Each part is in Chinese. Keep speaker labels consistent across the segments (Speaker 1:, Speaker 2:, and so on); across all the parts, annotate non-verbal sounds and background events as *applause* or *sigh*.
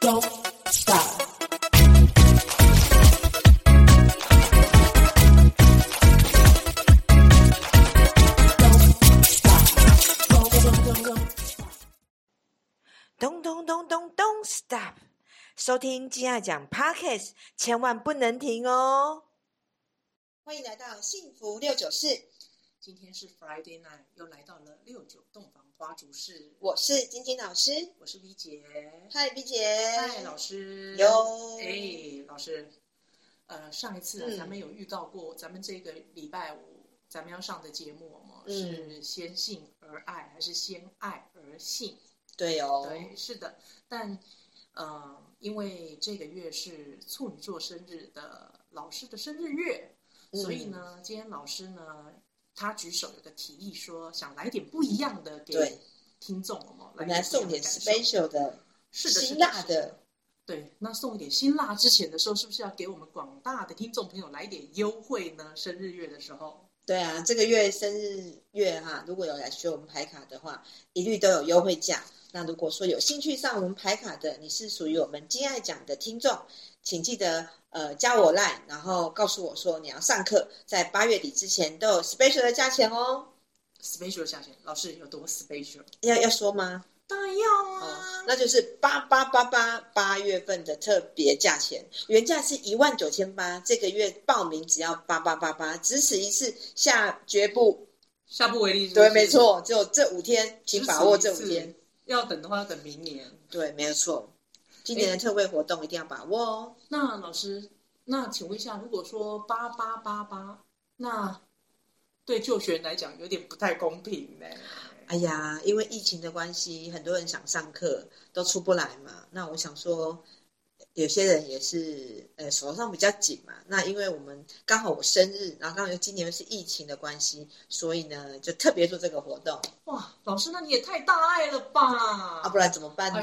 Speaker 1: Don't stop. Don't stop. Don't, don't, don't, don't stop.
Speaker 2: 咚咚咚咚咚，stop！收听金爱讲 podcast，千万不能停哦。
Speaker 3: 欢迎来到幸福六九四，
Speaker 4: 今天是 Friday night，又来到了六九洞房花烛式。
Speaker 3: 我是晶晶老师。
Speaker 4: 我是 V 姐，
Speaker 3: 嗨，毕姐。
Speaker 4: 嗨，老师，
Speaker 3: 哟
Speaker 4: 哎，老师，呃，上一次啊
Speaker 3: 嗯
Speaker 4: 咱们有遇到过，咱们这个礼拜五咱们要上的节目嘛，
Speaker 3: 嗯
Speaker 4: 是先性而爱，还是先爱而性？
Speaker 3: 对哦，
Speaker 4: 对，是的，但呃，因为这个月是处女座生日的老师的生日月，
Speaker 3: 嗯
Speaker 4: 所以呢，今天老师呢，他举手有个提议说，想来点不一样的
Speaker 3: 对
Speaker 4: 给听众我们
Speaker 3: 我们来送点 special 的，
Speaker 4: 是的，是
Speaker 3: 辛辣
Speaker 4: 是
Speaker 3: 的。
Speaker 4: 对，那送一点辛辣之前的时候，是不是要给我们广大的听众朋友来一点优惠呢？生日月的时候，
Speaker 3: 对啊，这个月生日月哈，如果有来学我们排卡的话，一律都有优惠价。那如果说有兴趣上我们排卡的，你是属于我们金爱奖的听众，请记得呃加我 line，然后告诉我说你要上课，在八月底之前都有 special 的价钱哦。
Speaker 4: special 下线，老师有多 special？
Speaker 3: 要要说吗？
Speaker 4: 当然要
Speaker 3: 哦
Speaker 4: 啊，，
Speaker 3: 那就是八八八八八月份的特别价钱，原价是一万九千八，这个月报名只要八八八八，只此一次，下绝不
Speaker 4: 下不为例是不
Speaker 3: 对，
Speaker 4: 是
Speaker 3: 没，错，只有这五天，请
Speaker 4: 只
Speaker 3: 把
Speaker 4: 此
Speaker 3: 握
Speaker 4: 一
Speaker 3: 这五
Speaker 4: 次
Speaker 3: 天。，
Speaker 4: 要等的话要等明年。
Speaker 3: 对，没有错，今年的特惠活动一定要把握哦。
Speaker 4: 那老师，那请问一下，如果说八八八八，那对就学员来讲有点不太公平呢、
Speaker 3: 哎呀，因为疫情的关系，很多人想上课都出不来嘛。那我想说，有些人也是呃手头上比较紧嘛。那因为我们刚好我生日，然后刚好又今年又是疫情的关系，所以呢就特别做这个活动
Speaker 4: 哇，老师，那你也太大爱了吧！
Speaker 3: 啊，不然怎么办呢？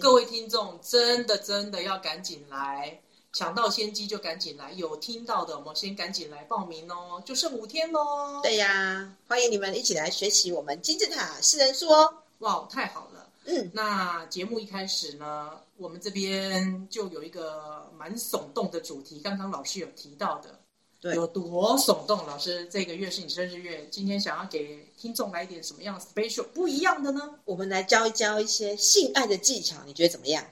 Speaker 4: 各位听众，真的真的要赶紧来，抢到先机就赶紧来，有听到的我们先赶紧来报名哦，就剩五天喽。，
Speaker 3: 对呀，欢迎你们一起来学习我们金字塔四人数哦。
Speaker 4: 哇，太好了。
Speaker 3: 嗯，
Speaker 4: 那节目一开始呢，我们这边就有一个蛮耸动的主题，刚刚老师有提到的，
Speaker 3: 对
Speaker 4: 有多耸动？老师，这个月是你生日月，今天想要给听众来一点什么样 special 不一样的呢？
Speaker 3: 我们来教一教一些性爱的技巧，你觉得怎么样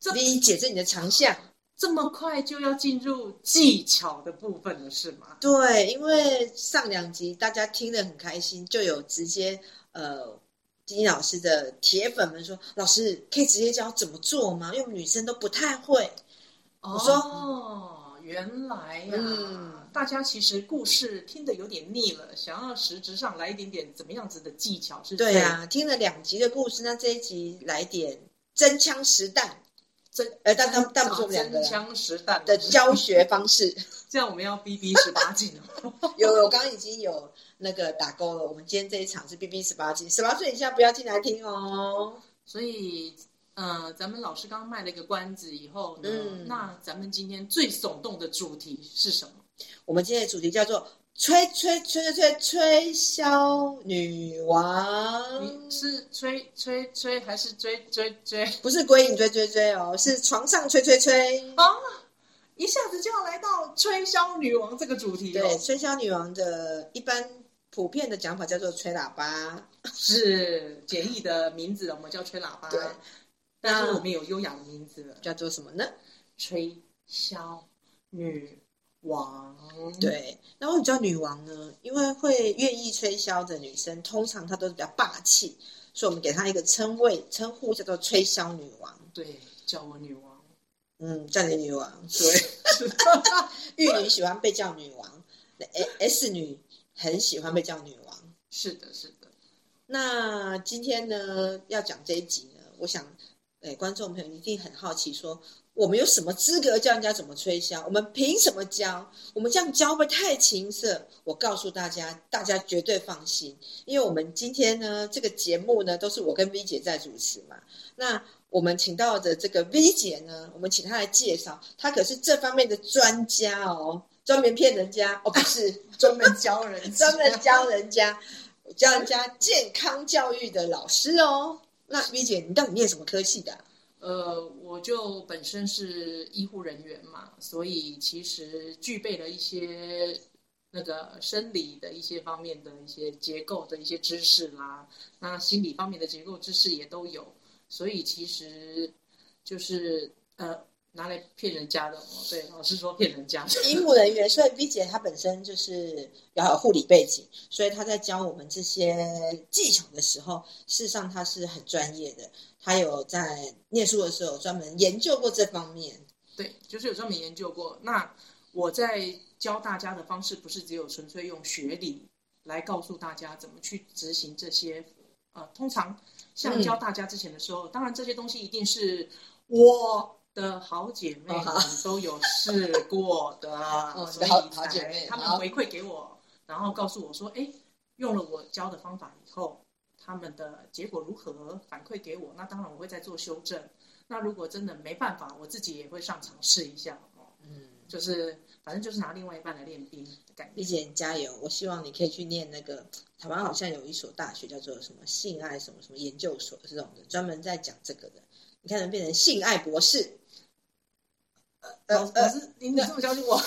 Speaker 4: 这
Speaker 3: ？V 姐，这是你的长项。
Speaker 4: 这么快就要进入技巧的部分了，是吗？
Speaker 3: 对，因为上两集大家听得很开心，就有直接呃，金老师的铁粉们说，老师可以直接教怎么做吗？因为我们女生都不太会。我说
Speaker 4: 哦，原来呀、
Speaker 3: 嗯
Speaker 4: 大家其实故事听得有点腻了，想要实质上来一点点怎么样子的技巧是？
Speaker 3: 对呀、听了两集的故事，那这一集来点真枪实弹
Speaker 4: 真
Speaker 3: 呃但但但不是我们两个
Speaker 4: 真
Speaker 3: 啦
Speaker 4: 枪实弹
Speaker 3: 的
Speaker 4: 老师
Speaker 3: 教学方式。
Speaker 4: 这样我们要逼逼十八禁
Speaker 3: *laughs*
Speaker 4: 了。
Speaker 3: 有有，我刚刚已经有那个打勾了。我们今天这一场是 B B 十八禁，十八岁以下不要进来听哦。
Speaker 4: 所以，呃，咱们老师刚卖了一个关子以后呢，
Speaker 3: 嗯
Speaker 4: 那咱们今天最耸动的主题是什么？
Speaker 3: 我们今天的主题叫做“吹吹吹吹吹吹箫女王”。
Speaker 4: 你是追追追还是追追追？
Speaker 3: 不是鬼影追追追哦，是床上吹吹吹。
Speaker 4: 啊，一下子就要来到吹箫女王这个主题哦
Speaker 3: 对，，吹箫女王的一般普遍的讲法叫做吹喇叭。
Speaker 4: 是简易的名字，我们叫吹喇叭
Speaker 3: 对，
Speaker 4: 但是我们有优雅的名字了，
Speaker 3: 叫做什么呢？
Speaker 4: 吹箫女王。，
Speaker 3: 对，那为什么叫女王呢？因为会愿意吹箫的女生，通常她都是比较霸气，所以我们给她一个称谓称呼叫做吹箫女王。
Speaker 4: 对，叫我女王。
Speaker 3: 嗯，叫你女王，
Speaker 4: 对，
Speaker 3: 玉女喜欢被叫女王，S 女很喜欢被叫女王。
Speaker 4: *laughs* 是的，是的。
Speaker 3: 那今天呢，要讲这一集呢，我想，哎，观众朋友一定很好奇说，我们有什么资格教人家怎么吹箫？我们凭什么教？我们这样教会不会太情色？我告诉大家，大家绝对放心，因为我们今天呢，这个节目呢，都是我跟 V 姐在主持嘛。那我们请到的这个 V 姐呢，我们请她来介绍，她可是这方面的专家哦，专门骗人家哦，不是专门
Speaker 4: 教人
Speaker 3: 专门教人家教人家健康教育的老师哦。那 V 姐，你到底念什么科系的啊、
Speaker 4: 呃，我就本身是医护人员嘛，所以其实具备了一些那个生理的一些方面的一些结构的一些知识啦，那心理方面的结构知识也都有，所以其实就是呃拿来骗人家的哦，对，老师说骗人家的，
Speaker 3: 医务人员，所以 V 姐她本身就是要有护理背景，所以她在教我们这些技巧的时候，事实上她是很专业的。她有在念书的时候专门研究过这方面。
Speaker 4: 对，就是有专门研究过。那我在教大家的方式，不是只有纯粹用学理来告诉大家怎么去执行这些。呃，通常像
Speaker 3: 嗯
Speaker 4: 教大家之前的时候，当然这些东西一定是我的好姐妹
Speaker 3: 哦
Speaker 4: 们
Speaker 3: 好
Speaker 4: 都有试过的，
Speaker 3: *laughs* 哦
Speaker 4: 所以
Speaker 3: 好好姐妹
Speaker 4: 才他们
Speaker 3: 好
Speaker 4: 回馈给我，然后告诉我说，哎，用了我教的方法以后，他们的结果如何，反馈给我。那当然我会再做修正。那如果真的没办法，我自己也会上场试一下哦。
Speaker 3: 嗯，
Speaker 4: 就是反正就是拿另外一半来练兵的感觉
Speaker 3: 丽。姐你加油！我希望你可以去念那个台湾好像有一所大学叫做什么性爱什么什么研究所这种的，专门在讲这个的。你看能变成性爱博士，呃
Speaker 4: 老
Speaker 3: 呃呃
Speaker 4: 老师，您这么相信我？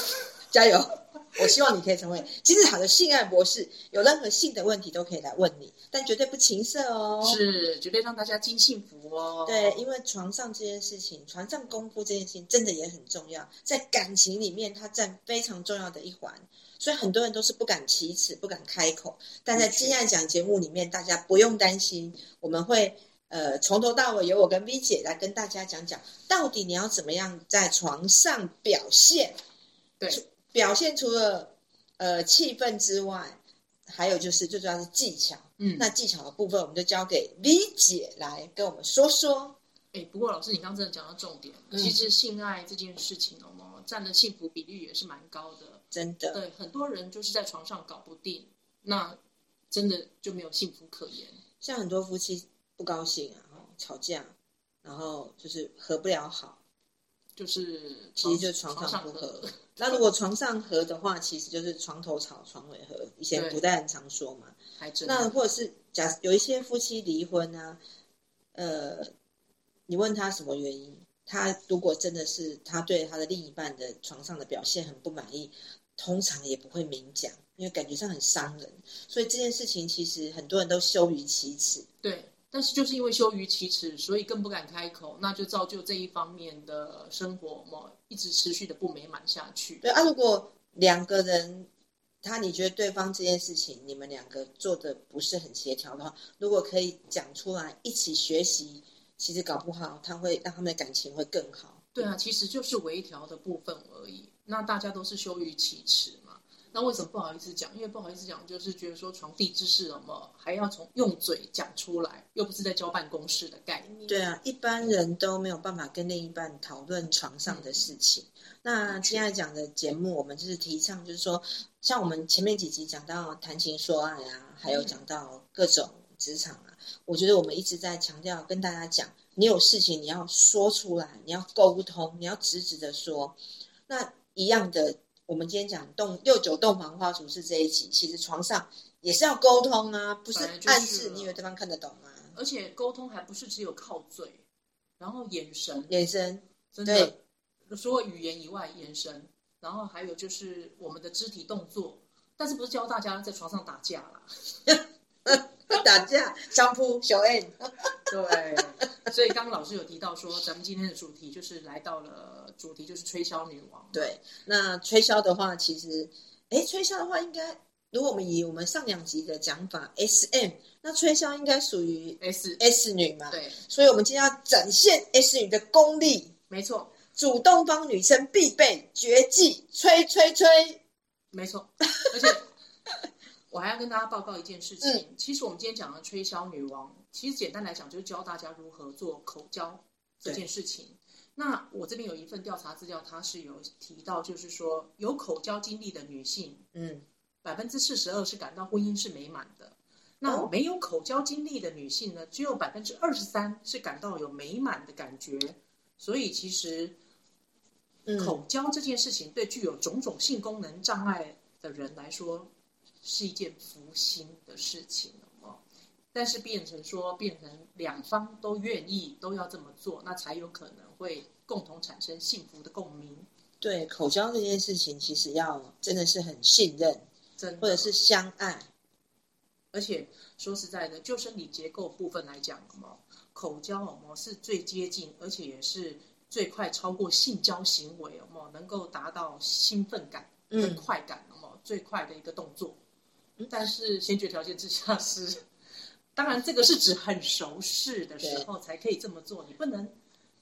Speaker 3: 加油！我希望你可以成为金字塔的性爱博士，有任何性的问题都可以来问你，但绝对不情色哦。
Speaker 4: 是绝对让大家惊幸福哦。
Speaker 3: 对，因为床上这件事情，床上功夫这件事情真的也很重要，在感情里面它占非常重要的一环，所以很多人都是不敢启齿、不敢开口。但在
Speaker 4: 的确
Speaker 3: 金爱讲节目里面，大家不用担心，我们会呃从头到尾由我跟 V 姐来跟大家讲讲，到底你要怎么样在床上表现。
Speaker 4: 对
Speaker 3: 除，表现除了呃气氛之外，还有就是最主要是技巧。
Speaker 4: 嗯，
Speaker 3: 那技巧的部分，我们就交给 V 姐来跟我们说说。
Speaker 4: 哎，不过老师，你刚刚真的讲到重点，
Speaker 3: 嗯
Speaker 4: 其实性爱这件事情哦，占的幸福比率也是蛮高的。
Speaker 3: 真的，
Speaker 4: 对，很多人就是在床上搞不定，那真的就没有幸福可言。
Speaker 3: 像很多夫妻不高兴啊，哦吵架，然后就是和不了好。
Speaker 4: 就是
Speaker 3: 其实就
Speaker 4: 床
Speaker 3: 床上
Speaker 4: 上
Speaker 3: 不
Speaker 4: 和
Speaker 3: 和。那如果床上和的话，其实就是床头吵，床尾和。以前
Speaker 4: 对
Speaker 3: 古代人常说嘛。
Speaker 4: 还真
Speaker 3: 那
Speaker 4: 的
Speaker 3: 或者是假有一些夫妻离婚啊，呃，你问他什么原因，他如果真的是他对他的另一半的床上的表现很不满意，通常也不会明讲，因为感觉上很伤人。所以这件事情其实很多人都羞于启齿。
Speaker 4: 对，但是就是因为羞于启齿，所以更不敢开口，那就造就这一方面的生活嘛，一直持续的不美满下去。
Speaker 3: 对啊，如果两个人他你觉得对方这件事情，你们两个做的不是很协调的话，如果可以讲出来，一起学习，其实搞不好他会让他们的感情会更好。
Speaker 4: 对啊，其实就是微调的部分而已。那大家都是羞于启齿嘛，那为什么不好意思讲？因为不好意思讲，就是觉得说床地之事，我们还要从用嘴讲出来，又不是在交办公室的概念。
Speaker 3: 对啊，一般人都没有办法跟另一半讨论床上的事情。那今天讲的节目，我们就是提倡，就是说，像我们前面几集讲到谈情说爱啊，还有讲到各种职场啊，我觉得我们一直在强调跟大家讲，你有事情你要说出来，你要沟通，你要直直的说。那一样的，我们今天讲洞六九洞房花烛事这一集，其实床上也是要沟通啊，不是
Speaker 4: 本来就是啊
Speaker 3: 暗示，
Speaker 4: 了
Speaker 3: 你以为对方看得懂吗？
Speaker 4: 而且沟通还不是只有靠嘴，然后眼神，
Speaker 3: 眼神
Speaker 4: 真的，除了语言以外，眼神，然后还有就是我们的肢体动作。但是不是教大家在床上打架啦？
Speaker 3: 打架，相扑，小 N，
Speaker 4: 对， *laughs* 所以刚刚老师有提到说，咱们今天的主题就是来到了主题就是吹箫女王。
Speaker 3: 对，那吹箫的话，其实，哎，吹箫的话，应该如果我们以我们上两集的讲法，S M，那吹箫应该属于
Speaker 4: S
Speaker 3: S 女嘛？，
Speaker 4: 对，
Speaker 3: 所以我们今天要展现 S 女的功力，
Speaker 4: 没错，
Speaker 3: 主动方女生必备绝技，吹吹吹，
Speaker 4: 没错，而且我还要跟大家报告一件事情。其实我们今天讲的吹箫女王，其实简单来讲就是教大家如何做口交这件事情。那我这边有一份调查资料，它是有提到，就是说有口交经历的女性，
Speaker 3: 嗯，
Speaker 4: 百分之四十二是感到婚姻是美满的。那
Speaker 3: 哦
Speaker 4: 没有口交经历的女性呢，只有百分之二十三是感到有美满的感觉。所以其实
Speaker 3: 嗯
Speaker 4: 口交这件事情对具有种种性功能障碍的人来说，是一件福星的事情哦。但是变成说变成两方都愿意都要这么做，那才有可能会共同产生幸福的共鸣。
Speaker 3: 对口交这件事情，其实要真的是很信任，
Speaker 4: 真的
Speaker 3: 或者是相爱。
Speaker 4: 而且说实在的，就生理结构部分来讲，哦，口交哦是最接近，而且也是最快超过性交行为哦，能够达到兴奋感跟
Speaker 3: 嗯
Speaker 4: 快感哦，最快的一个动作。但是先决条件之下是，当然这个是指很熟识的时候才可以这么做，你不能。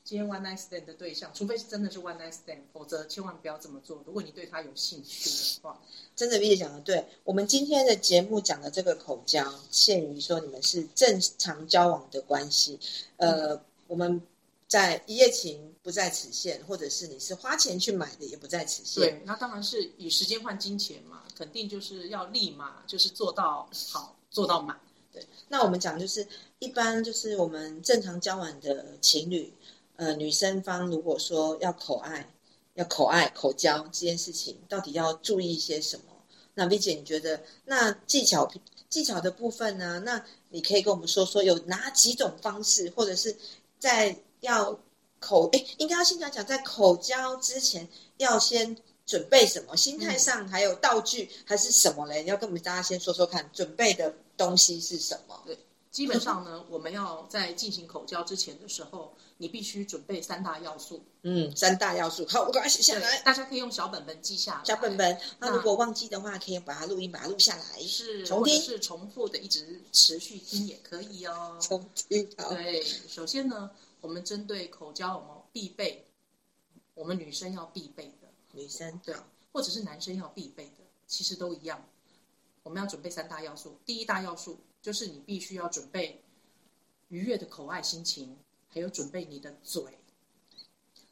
Speaker 4: 今天 one night stand 的对象，除非是真的是 one night stand，否则千万不要这么做。如果你对他有兴趣的话，
Speaker 3: 真的，B 姐讲的对。我们今天的节目讲的这个口交，限于说你们是正常交往的关系，呃，我们在一夜情不在此限，或者是你是花钱去买的也不在此限。
Speaker 4: 对，那当然是以时间换金钱嘛，肯定就是要立马就是做到好，做到满。
Speaker 3: 那我们讲就是一般就是我们正常交往的情侣，呃，女生方如果说要口爱，要口爱口交这件事情，到底要注意一些什么？那 V 姐，你觉得那技巧技巧的部分呢？那你可以跟我们说说有哪几种方式，或者是在要口哎，应该要先讲讲在口交之前要先。准备什么？心态上还有道具还是什么嘞？你要跟我们大家先说说看，准备的东西是什么？
Speaker 4: 基本上呢，我们要在进行口交之前的时候，你必须准备三大要素。
Speaker 3: 嗯，三大要素。好，我赶快写下
Speaker 4: 对
Speaker 3: 来，
Speaker 4: 大家可以用小本本记下来。
Speaker 3: 小本本。那
Speaker 4: 那
Speaker 3: 如果忘记的话，可以把它录音，把它录下来，
Speaker 4: 是
Speaker 3: 重
Speaker 4: 或者
Speaker 3: 听
Speaker 4: 是重复的，一直持续听也可以哦。
Speaker 3: *laughs* 重听。好，
Speaker 4: 对，首先呢，我们针对口交有没有必备？我们女生要必备的，
Speaker 3: 女生
Speaker 4: 对，啊或者是男生要必备的，其实都一样。我们要准备三大要素，第一大要素就是你必须要准备愉悦的口爱心情，还有准备你的嘴。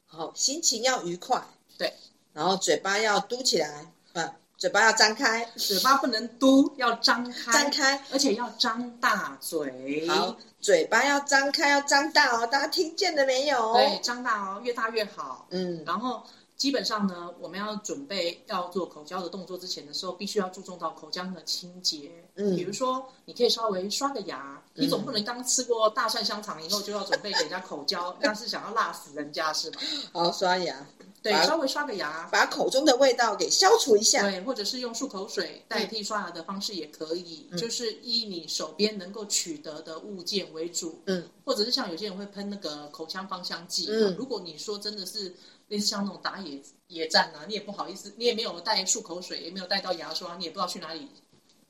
Speaker 3: 好，心情要愉快，
Speaker 4: 对，
Speaker 3: 然后嘴巴要嘟起来，嗯，嘴巴要张开，
Speaker 4: 嘴巴不能嘟，要张开，
Speaker 3: 张，开。
Speaker 4: 而且要张大嘴。
Speaker 3: 好，嘴巴要张开，要张大哦，大家听见了没有？
Speaker 4: 对，张大哦，越大越好。
Speaker 3: 嗯，
Speaker 4: 然后基本上呢，我们要准备要做口交的动作之前的时候，必须要注重到口腔的清洁。
Speaker 3: 嗯
Speaker 4: 比如说你可以稍微刷个牙，你总不能刚吃过大蒜香肠以后就要准备给人家口交，那是想要辣死人家是吧？
Speaker 3: 好，刷牙，
Speaker 4: 对
Speaker 3: 把，
Speaker 4: 稍微刷个牙。
Speaker 3: 把口中的味道给消除一啊下。嗯
Speaker 4: 对，或者是用漱口水代替刷牙的方式也可以，就是依你手边能够取得的物件为主。
Speaker 3: 嗯，
Speaker 4: 或者是像有些人会喷那个口腔芳香剂。
Speaker 3: 嗯
Speaker 4: 如果你说真的是类似像那种打野野战啊，你也不好意思，你也没有带漱口水，也没有带到牙刷，你也不知道去哪里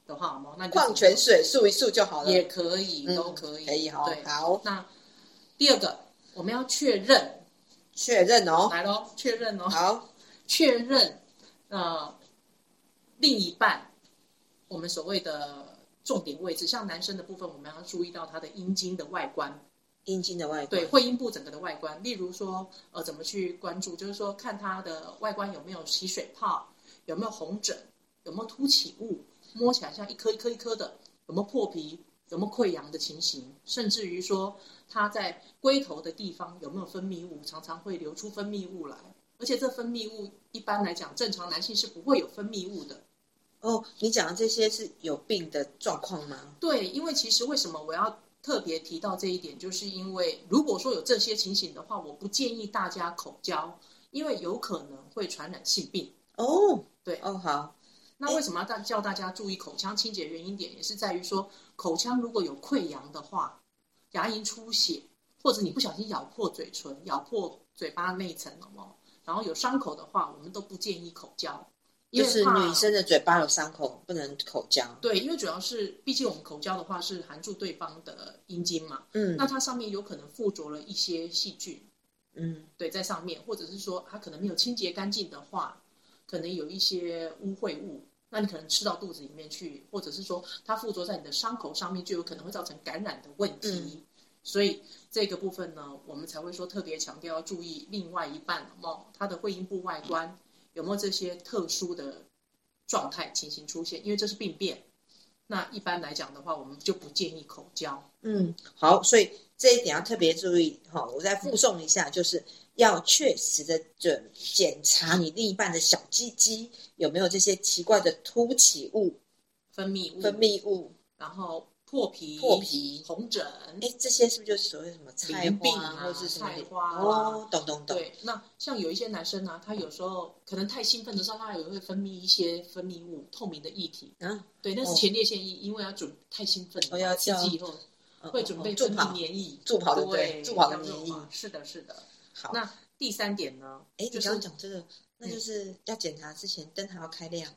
Speaker 4: 的话，哦，那你就
Speaker 3: 矿泉水漱一漱就好了，
Speaker 4: 也可以，
Speaker 3: 嗯
Speaker 4: 都可以，
Speaker 3: 可以哈
Speaker 4: 对。，
Speaker 3: 好，
Speaker 4: 那第二个，我们要确认，
Speaker 3: 确认哦。
Speaker 4: 来喽，确认哦。
Speaker 3: 好，
Speaker 4: 确认呃另一半我们所谓的重点位置，像男生的部分，我们要注意到他的阴茎的外观，
Speaker 3: 阴茎的外观
Speaker 4: 对，会阴部整个的外观，例如说呃怎么去关注，就是说看他的外观有没有起水泡，有没有红疹，有没有凸起物，摸起来像一颗一颗一颗的，有没有破皮。有没有溃疡的情形，甚至于说他在龟头的地方有没有分泌物，常常会流出分泌物来。而且这分泌物一般来讲，正常男性是不会有分泌物的。
Speaker 3: 哦，你讲的这些是有病的状况吗？
Speaker 4: 对，因为其实为什么我要特别提到这一点，就是因为如果说有这些情形的话，我不建议大家口交，因为有可能会传染性病。
Speaker 3: 哦，
Speaker 4: 对
Speaker 3: 哦，好，
Speaker 4: 那为什么要大叫大家注意口腔清洁？原因点也是在于说，口腔如果有溃疡的话，牙龈出血，或者你不小心咬破嘴唇、咬破嘴巴内层了哦，然后有伤口的话，我们都不建议口交，因
Speaker 3: 就
Speaker 4: 为
Speaker 3: 是
Speaker 4: 怕
Speaker 3: 女生的嘴巴有伤口，不能口交。
Speaker 4: 对，因为主要是，毕竟我们口交的话是含住对方的阴茎嘛，
Speaker 3: 嗯
Speaker 4: 那它上面有可能附着了一些细菌，
Speaker 3: 嗯，
Speaker 4: 对，在上面，或者是说它可能没有清洁干净的话，可能有一些污秽物，那你可能吃到肚子里面去，或者是说它附着在你的伤口上面，就有可能会造成感染的问题。
Speaker 3: 嗯
Speaker 4: 所以这个部分呢，我们才会说特别强调要注意另外一半哦，它的会阴部外观有没有这些特殊的状态情形出现，因为这是病变。那一般来讲的话，我们就不建议口交。
Speaker 3: 嗯，好，所以这一点要特别注意哈、我再
Speaker 4: 嗯
Speaker 3: 附送一下，就是要确实的准检查你另一半的小鸡鸡有没有这些奇怪的凸起物、
Speaker 4: 分泌物
Speaker 3: 分泌物。
Speaker 4: 然后破皮、
Speaker 3: 破皮
Speaker 4: 红疹，
Speaker 3: 哎，这些是不是就是所谓什么菜
Speaker 4: 淋病
Speaker 3: 花
Speaker 4: 啊
Speaker 3: 或是什么
Speaker 4: 菜
Speaker 3: 淋
Speaker 4: 花啊
Speaker 3: 哦，懂懂懂，
Speaker 4: 对，那像有一些男生呢、啊他有时候可能太兴奋的时候，他也会分泌一些分泌物，透明的液体。
Speaker 3: 啊，
Speaker 4: 对，那是
Speaker 3: 哦
Speaker 4: 前列腺液，因为要准太兴奋了嘛，
Speaker 3: 哦要
Speaker 4: 刺
Speaker 3: 要
Speaker 4: 激以后
Speaker 3: 嗯
Speaker 4: 会
Speaker 3: 嗯
Speaker 4: 准
Speaker 3: 嗯
Speaker 4: 备
Speaker 3: 助
Speaker 4: 分
Speaker 3: 跑
Speaker 4: 泌黏液，
Speaker 3: 助跑的
Speaker 4: 对，
Speaker 3: 助跑的
Speaker 4: 要
Speaker 3: 黏
Speaker 4: 润
Speaker 3: 液
Speaker 4: 滑。是的，是的。
Speaker 3: 好，
Speaker 4: 那第三点呢？
Speaker 3: 哎，你
Speaker 4: 就
Speaker 3: 刚刚
Speaker 4: 是嗯
Speaker 3: 讲这个，那就是要检查之前灯还要开亮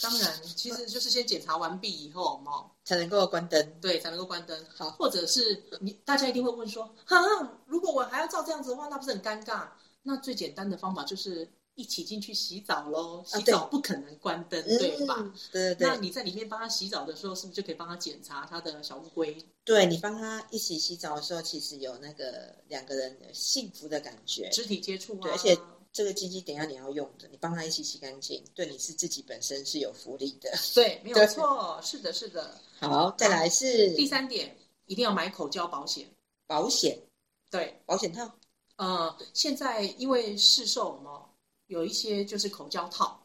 Speaker 4: 当
Speaker 3: *laughs*
Speaker 4: 然，其实就是先检查完毕以后，嘛，
Speaker 3: 才能够关灯。
Speaker 4: 对，才能够关灯。
Speaker 3: 好，
Speaker 4: 或者是你大家一定会问说，哈，如果我还要照这样子的话，那不是很尴尬？那最简单的方法就是一起进去洗澡喽，洗澡不可能关灯，对吧？
Speaker 3: 啊嗯？对对
Speaker 4: 那
Speaker 3: 对，
Speaker 4: 你在里面帮他洗澡的时候，是不是就可以帮他检查他的小乌龟？
Speaker 3: 对你帮他一起洗澡的时候，其实有那个两个人有幸福的感觉。
Speaker 4: 肢体接触啊，
Speaker 3: 对而且这个鸡鸡等一下你要用的，你帮他一起洗干净，对你是自己本身是有福利的。
Speaker 4: 对，没有
Speaker 3: 对嗯
Speaker 4: 错，是的，是的。
Speaker 3: 好，再来是
Speaker 4: 第三点，一定要买口交保险。
Speaker 3: 保险，
Speaker 4: 对，
Speaker 3: 保险套。
Speaker 4: 呃，现在因为市售嘛，有一些就是口交套，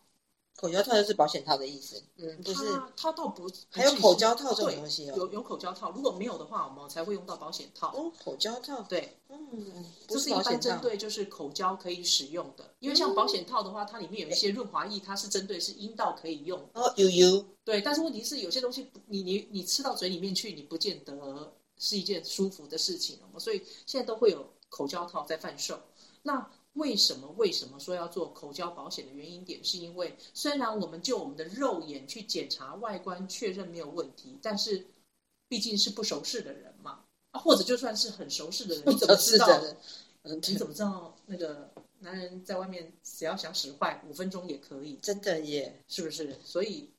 Speaker 3: 口交套就是保险套的意思，
Speaker 4: 嗯，
Speaker 3: 不是
Speaker 4: 它它倒不，不
Speaker 3: 还有
Speaker 4: 至于
Speaker 3: 口
Speaker 4: 是
Speaker 3: 交套这种
Speaker 4: 对
Speaker 3: 东西哦
Speaker 4: 有有口交套，如果没有的话，我们才会用到保险套。
Speaker 3: 哦，口交套，
Speaker 4: 对，
Speaker 3: 嗯，
Speaker 4: 这
Speaker 3: 不
Speaker 4: 是一
Speaker 3: 保
Speaker 4: 般
Speaker 3: 险
Speaker 4: 针
Speaker 3: 套，
Speaker 4: 对就是口交可以使用的，因为像保险套的话，它里面有一
Speaker 3: 嗯
Speaker 4: 些润滑液，它是针对是阴道可以用。
Speaker 3: 哦，油油，
Speaker 4: 对，但是问题是有些东西不你你你吃到嘴里面去，你不见得是一件舒服的事情哦。所以现在都会有口交套在贩售。那为什么为什么说要做口交保险的原因点，是因为虽然我们就我们的肉眼去检查外观确认没有问题，但是毕竟是不熟识的人嘛，啊，或者就算是很熟 *laughs* 识的人，你怎么知道？
Speaker 3: 的，嗯，
Speaker 4: 你怎么知道那个男人在外面只要想使坏五分钟也可以？
Speaker 3: 真的耶？
Speaker 4: 是不是？所以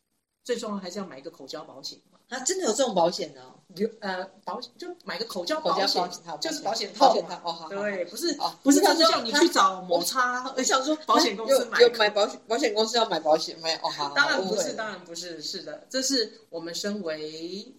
Speaker 4: 最重要还是要买一个口交保险嘛。
Speaker 3: 啊，真的有这种保险哦？
Speaker 4: 有呃，保就买个口交
Speaker 3: 口交
Speaker 4: 险，
Speaker 3: 保险套，
Speaker 4: 就是保险
Speaker 3: 保
Speaker 4: 套
Speaker 3: 险
Speaker 4: 嘛。
Speaker 3: 套，哦，好，好。
Speaker 4: 对，不是
Speaker 3: 哦
Speaker 4: 不是
Speaker 3: 我
Speaker 4: 真
Speaker 3: 想
Speaker 4: 的
Speaker 3: 说
Speaker 4: 叫你
Speaker 3: 他
Speaker 4: 去找摩擦，呃
Speaker 3: 我想说，
Speaker 4: 保险公司
Speaker 3: 啊
Speaker 4: 买
Speaker 3: 有有买保险，保险公司要买保险买哦，好，好
Speaker 4: 当然不是，，
Speaker 3: 好
Speaker 4: 当然不是，是的，这是我们身为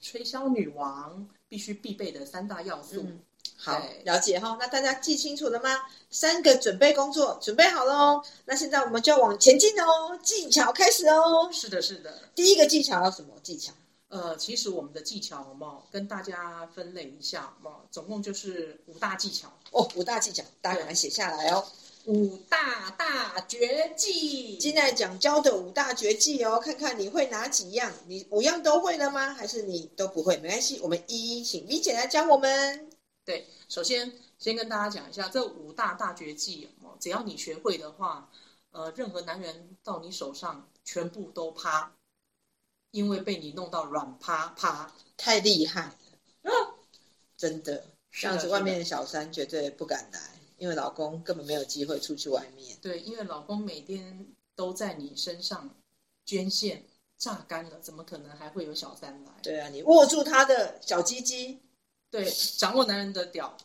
Speaker 4: 吹箫女王必须必备的三大要
Speaker 3: 误会
Speaker 4: 素。
Speaker 3: 嗯，好
Speaker 4: 对，
Speaker 3: 了解哈。那大家记清楚了吗？三个准备工作准备好喽。那现在我们就要往前进哦，技巧开始哦。
Speaker 4: 是的，是的。
Speaker 3: 第一个技巧要什么技巧？
Speaker 4: 呃，其实我们的技巧嘛，有没有跟大家分类一下嘛，有没有总共就是五大技巧，
Speaker 3: 哦，五大技巧，大家赶快写下来哦。
Speaker 4: 五大大绝技。
Speaker 3: 今天来讲教的五大绝技哦，看看你会哪几样？你五样都会了吗？还是你都不会？没关系，我们一一请 V 姐来教我们。
Speaker 4: 对，首先先跟大家讲一下这五大大绝技哦，只要你学会的话，呃，任何男人到你手上全部都趴，因为被你弄到软趴趴。
Speaker 3: 太厉害 *laughs* 了，真的，这样
Speaker 4: 是
Speaker 3: 子
Speaker 4: 的
Speaker 3: 外面的小三绝对不敢来，因为老公根本没有机会出去外面。
Speaker 4: 对，因为老公每天都在你身上捐献榨干了，怎么可能还会有小三来？
Speaker 3: 对啊，你握住他的小鸡鸡，
Speaker 4: 对，掌握男人的屌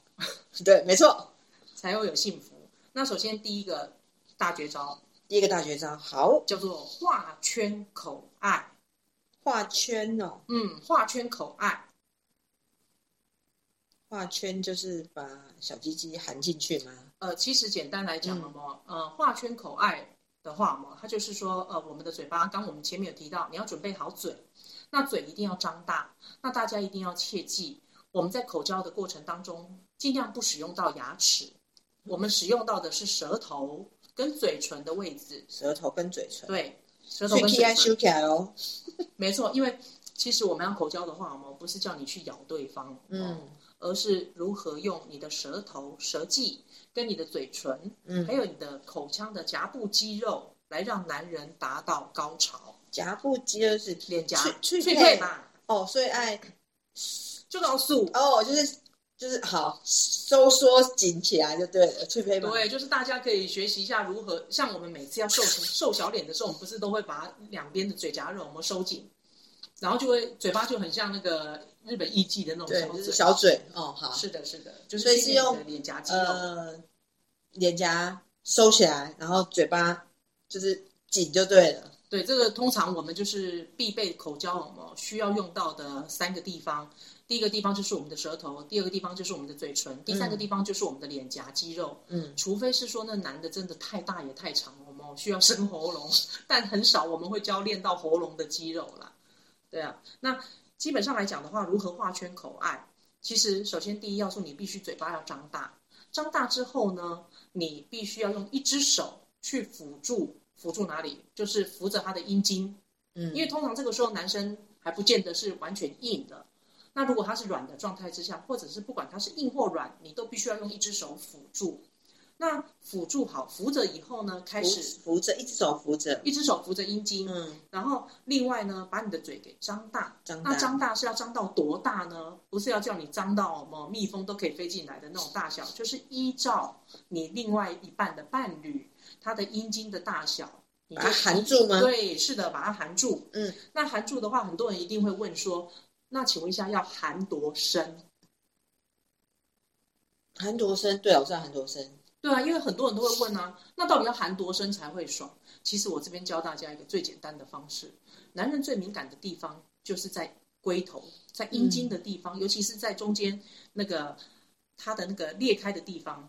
Speaker 3: 对，没错，
Speaker 4: 才会有幸福。那首先第一个大绝招
Speaker 3: 第一个大绝招，好
Speaker 4: 叫做画圈口爱，
Speaker 3: 画圈哦，
Speaker 4: 嗯，画圈口爱。
Speaker 3: 画圈就是把小鸡鸡含进去吗？
Speaker 4: 呃，其实简单来讲
Speaker 3: 嗯
Speaker 4: 了嘛，呃，画圈口爱的话嘛，它就是说，呃，我们的嘴巴，刚我们前面有提到，你要准备好嘴，那嘴一定要张大，那大家一定要切记，我们在口交的过程当中，尽量不使用到牙齿，我们使用到的是舌头跟嘴唇的位置，
Speaker 3: 舌头跟嘴唇，
Speaker 4: 对，舌头
Speaker 3: 所
Speaker 4: 跟
Speaker 3: 以 K
Speaker 4: 嘴
Speaker 3: I 修
Speaker 4: 唇，
Speaker 3: 起来哦，
Speaker 4: 没错，因为其实我们要口交的话，我们不是叫你去咬对方，哦
Speaker 3: 嗯
Speaker 4: 而是如何用你的舌头、舌技跟你的嘴唇。还
Speaker 3: 嗯，
Speaker 4: 有你的口腔的夹部肌肉，来让男人达到高潮。
Speaker 3: 夹布鸡就是
Speaker 4: 脸颊
Speaker 3: 脆脆
Speaker 4: 脆
Speaker 3: 脆
Speaker 4: 嘛，
Speaker 3: 哦，所以爱
Speaker 4: 就告诉
Speaker 3: 哦，就是就是好收缩紧起来就对了，脆胚嘛。
Speaker 4: 对，就是大家可以学习一下如何，像我们每次要瘦瘦小脸的时候，我们不是都会把两边的嘴夹肉我们收紧，然后就会嘴巴就很像那个日本艺伎的那种
Speaker 3: 对，
Speaker 4: 小
Speaker 3: 就是
Speaker 4: 嘴。
Speaker 3: 小嘴哦，好，
Speaker 4: 是的，是的，就是
Speaker 3: 所以是
Speaker 4: 训练你的
Speaker 3: 用
Speaker 4: 脸颊肌肉，
Speaker 3: 呃，脸颊收起来，然后嘴巴就是紧就对了。
Speaker 4: 对，这个通常我们就是必备口交我们需要用到的三个地方。第一个地方就是我们的舌头，第二个地方就是我们的嘴唇，第三个地方就是我们的脸颊肌肉。
Speaker 3: 嗯，
Speaker 4: 除非是说那男的真的太大也太长，我们需要 *laughs* 伸喉咙，但很少我们会教练到喉咙的肌肉啦。对啊，那基本上来讲的话，如何画圈口爱，其实首先第一要素，你必须嘴巴要张大，张大之后呢，你必须要用一只手去辅助，辅助哪里？就是扶着他的阴茎，
Speaker 3: 嗯，
Speaker 4: 因为通常这个时候男生还不见得是完全硬的。那如果他是软的状态之下，或者是不管他是硬或软，你都必须要用一只手辅助。那辅助好，扶着以后呢，开
Speaker 3: 扶
Speaker 4: 始
Speaker 3: 扶着，一只手扶着，
Speaker 4: 一只手扶着阴茎，
Speaker 3: 嗯，
Speaker 4: 然后另外呢，把你的嘴给张大。
Speaker 3: 张
Speaker 4: 那
Speaker 3: 大，
Speaker 4: 张大是要张到多大呢？不是要叫你张到什么蜜蜂都可以飞进来的那种大小，就是依照你另外一半的伴侣他的阴茎的大小，你
Speaker 3: 把
Speaker 4: 就
Speaker 3: 它啊含住吗？
Speaker 4: 对，是的，把它含住。
Speaker 3: 嗯，
Speaker 4: 那含住的话，很多人一定会问说，那请问一下，要含多深？
Speaker 3: 含多深？对啊，我知道含多深。
Speaker 4: 对啊，因为很多人都会问啊，那到底要含多深才会爽？其实我这边教大家一个最简单的方式，男人最敏感的地方就是在龟头，在阴茎的地
Speaker 3: 嗯
Speaker 4: 方，尤其是在中间那个它的那个裂开的地方，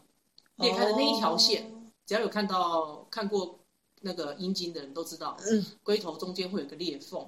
Speaker 4: 裂开的那一条线，
Speaker 3: 哦
Speaker 4: 只要有看到看过那个阴茎的人都知道，
Speaker 3: 嗯，
Speaker 4: 龟头中间会有个裂缝，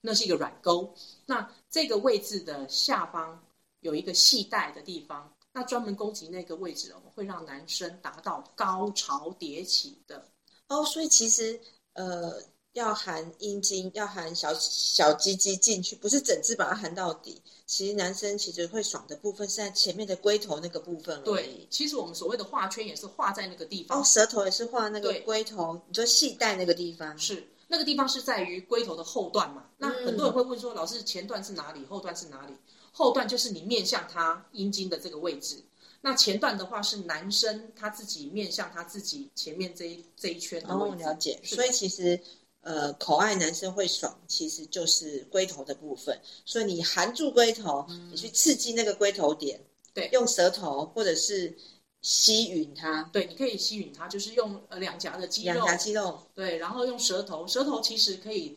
Speaker 4: 那是一个软沟。那这个位置的下方有一个系带的地方，那专门攻击那个位置哦，会让男生达到高潮迭起的。
Speaker 3: 哦，所以其实呃，要含阴茎，要含小小鸡鸡进去，不是整只把它含到底。其实男生其实会爽的部分是在前面的龟头那个部分而
Speaker 4: 对
Speaker 3: 已。，
Speaker 4: 其实我们所谓的画圈也是画在那个地方，
Speaker 3: 嗯哦，舌头也是画那个
Speaker 4: 对
Speaker 3: 龟头，你说系带那个地方，
Speaker 4: 是那个地方是在于龟头的后段嘛。那
Speaker 3: 嗯
Speaker 4: 很多人会问说，老师前段是哪里，后段是哪里？后段就是你面向他阴茎的这个位置。那前段的话是男生他自己面向他自己前面这一这一圈的
Speaker 3: 哦，
Speaker 4: 位置，
Speaker 3: 了解。
Speaker 4: 是
Speaker 3: 所以其实，呃，口爱男生会爽，其实就是龟头的部分。所以你含住龟头，你去刺激那个龟头点，
Speaker 4: 嗯对
Speaker 3: 用舌头或者是吸吮它，
Speaker 4: 对，你可以吸引他，就是用呃两颊的肌
Speaker 3: 两
Speaker 4: 肉，
Speaker 3: 颊肌肉
Speaker 4: 对，然后用舌头，舌头其实可以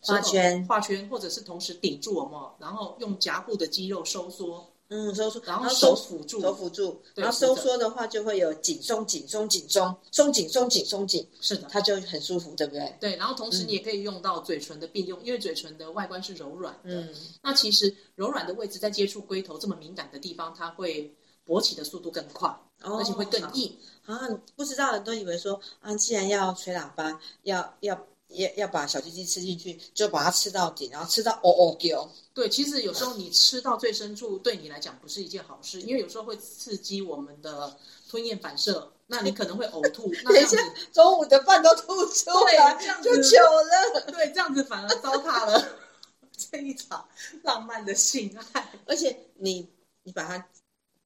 Speaker 3: 画圈。
Speaker 4: 画圈，或者是同时顶住我们，然后用颊部的肌肉收缩，
Speaker 3: 嗯，收缩，
Speaker 4: 然后
Speaker 3: 收
Speaker 4: 手辅助，
Speaker 3: 手辅助，
Speaker 4: 对
Speaker 3: 然后
Speaker 4: 扶
Speaker 3: 收
Speaker 4: 着
Speaker 3: 缩的话就会有紧松、紧松、紧松、松紧、松紧、松紧，
Speaker 4: 是的，
Speaker 3: 它就很舒服，对不对？
Speaker 4: 对，然后同时
Speaker 3: 嗯
Speaker 4: 你也可以用到嘴唇的并用，因为嘴唇的外观是柔软的，
Speaker 3: 嗯，
Speaker 4: 那其实柔软的位置在接触龟头这么敏感的地方，它会勃起的速度更快，
Speaker 3: 哦
Speaker 4: 而且会更硬，
Speaker 3: 啊，不知道的人都以为说啊，既然要吹喇叭，要要要要把小鸡鸡吃进去，就把它吃到底，然后吃到哦哦叫。
Speaker 4: 对，其实有时候你吃到最深处，对你来讲不是一件好事，因为有时候会刺激我们的吞咽反射，那你可能会呕
Speaker 3: *laughs*
Speaker 4: 吐。那
Speaker 3: 等
Speaker 4: 这
Speaker 3: 一
Speaker 4: 样
Speaker 3: 下
Speaker 4: 子，
Speaker 3: 中午的饭都吐出来
Speaker 4: 对，这样
Speaker 3: 就
Speaker 4: 子
Speaker 3: 糗了。
Speaker 4: 对，这样子反而糟蹋了 *laughs* 这一场浪漫的性爱。
Speaker 3: 而且你你把它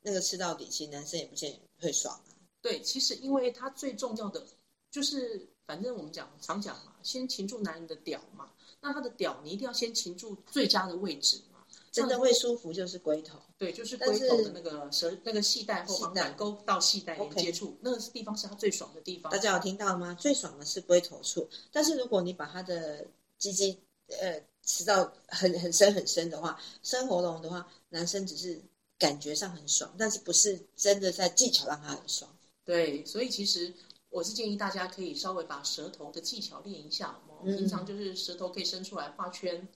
Speaker 3: 那个吃到底，其实男生也不见得会爽啊。
Speaker 4: 对，其实因为它最重要的就是，反正我们讲常讲嘛，先擒住男人的屌嘛，那他的屌你一定要先擒住最佳的位置嘛。
Speaker 3: 真的会舒服就是龟头，
Speaker 4: 对，就是
Speaker 3: 但
Speaker 4: 龟
Speaker 3: 是
Speaker 4: 头的那个舌那个系带后
Speaker 3: 系
Speaker 4: 方
Speaker 3: 带
Speaker 4: 软沟到系带连
Speaker 3: OK
Speaker 4: 接处，那个地方是他最爽的地方
Speaker 3: 大。家有听到吗？最爽的是龟头处，但是如果你把它的鸡鸡呃吃到很很深很深的话，深喉咙的话，男生只是感觉上很爽，但是不是真的在技巧让他很爽。
Speaker 4: 对，所以其实我是建议大家可以稍微把舌头的技巧练一下哦。
Speaker 3: 嗯
Speaker 4: 平常就是舌头可以伸出来画圈，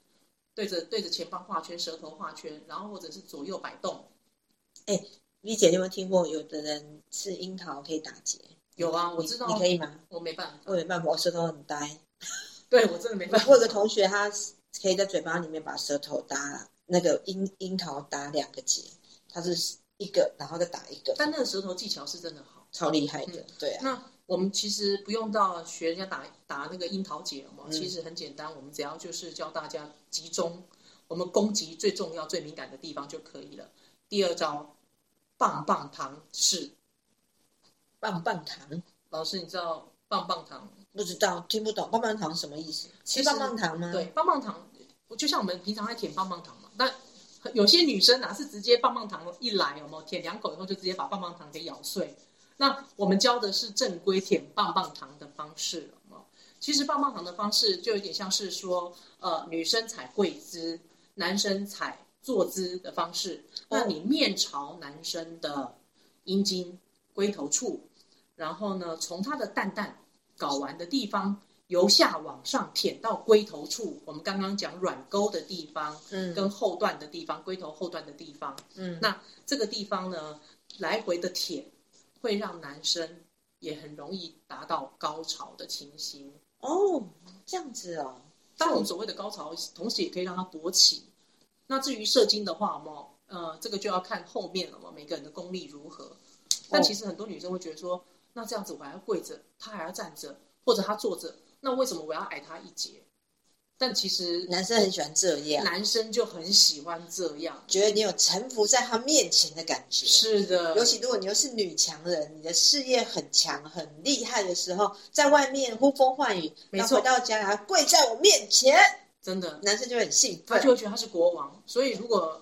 Speaker 4: 对着对着前方画圈，舌头画圈，然后或者是左右摆动。
Speaker 3: 丽姐，你有没有听过有的人吃樱桃可以打结？
Speaker 4: 有啊，
Speaker 3: 你
Speaker 4: 我知道，
Speaker 3: 你可以吗？
Speaker 4: 我没办法，
Speaker 3: 我没办法，我舌头很呆。
Speaker 4: 对我真的没办法。
Speaker 3: 我有个同学，他可以在嘴巴里面把舌头搭那个樱樱桃搭两个结，他是一个，然后再打一个，
Speaker 4: 但嗯那个舌头技巧是真的好。
Speaker 3: 超厉害的。对啊，
Speaker 4: 那我们其实不用到学人家打打那个樱桃结嘛，
Speaker 3: 嗯
Speaker 4: 其实很简单，我们只要就是教大家集中我们攻击最重要、最敏感的地方就可以了。第二招，棒棒糖是
Speaker 3: 棒棒糖。
Speaker 4: 老师，你知道棒棒糖？
Speaker 3: 不知道，听不懂棒棒糖什么意思？
Speaker 4: 其
Speaker 3: 吃
Speaker 4: 实
Speaker 3: 棒棒糖吗？
Speaker 4: 对，，棒棒糖，就像我们平常爱舔棒棒糖嘛，但有些女生啊是直接棒棒糖一来，有没有舔两口以后就直接把棒棒糖给咬碎？那我们教的是正规舔棒棒糖的方式，有没有其实棒棒糖的方式就有点像是说，呃，女生踩跪姿，男生踩坐姿的方式。那你面朝男生的阴茎龟头处，然后呢，从他的蛋蛋睾丸的地方由下往上舔到龟头处，我们刚刚讲软沟的地方
Speaker 3: 嗯
Speaker 4: 跟后段的地方，龟头后段的地方，
Speaker 3: 嗯
Speaker 4: 那这个地方呢，来回的舔会让男生也很容易达到高潮的情形。
Speaker 3: 哦，这样子哦，
Speaker 4: 当我们所谓的高潮，同时也可以让它勃起。那至于射精的话，嘛，呃，这个就要看后面了嘛，每个人的功力如何。但
Speaker 3: 哦
Speaker 4: 其实很多女生会觉得说，那这样子我还要跪着，她还要站着，或者她坐着，那为什么我要矮她一截？但其实
Speaker 3: 男生很喜欢这样，
Speaker 4: 男生就很喜欢这样。
Speaker 3: 觉得你有臣服在他面前的感觉。
Speaker 4: 是的，
Speaker 3: 尤其如果你又是女强人，你的事业很强、很厉害的时候，在外面呼风唤雨，
Speaker 4: 没
Speaker 3: 然
Speaker 4: 错
Speaker 3: 后回到家还跪在我面前，
Speaker 4: 真的，
Speaker 3: 男生就很兴
Speaker 4: 他
Speaker 3: 奋
Speaker 4: 就。会觉得他是国王。所以如果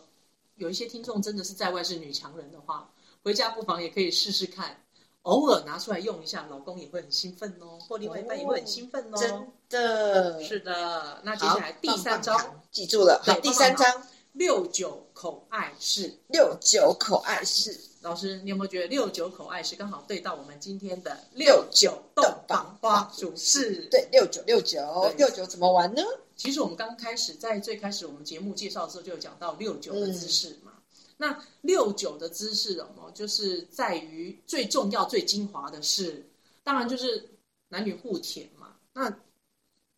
Speaker 4: 有一些听众真的是在外是女强人的话，回家不妨也可以试试看，偶尔拿出来用一下，老公也会很兴奋哦，或另外一半也会很兴奋哦。
Speaker 3: 真的，
Speaker 4: 是的，那接
Speaker 3: 好
Speaker 4: 下来第三招
Speaker 3: 棒棒糖记住了。
Speaker 4: 对
Speaker 3: 好，第三
Speaker 4: 棒棒
Speaker 3: 章
Speaker 4: 六九口爱式，
Speaker 3: 六九口爱式
Speaker 4: 老师，你有没有觉得六九口爱式刚好对到我们今天的
Speaker 3: 六
Speaker 4: 六
Speaker 3: 九
Speaker 4: 九
Speaker 3: 洞
Speaker 4: 洞
Speaker 3: 房
Speaker 4: 房
Speaker 3: 花
Speaker 4: 花
Speaker 3: 烛
Speaker 4: 主事？
Speaker 3: 对六九六九
Speaker 4: 对
Speaker 3: 六九怎么玩呢？
Speaker 4: 其实我们刚开始在最开始我们节目介绍的时候就有讲到六九的姿势嘛。那六九的姿势哦，就是在于最重要、最精华的是，当然就是男女互舔嘛。那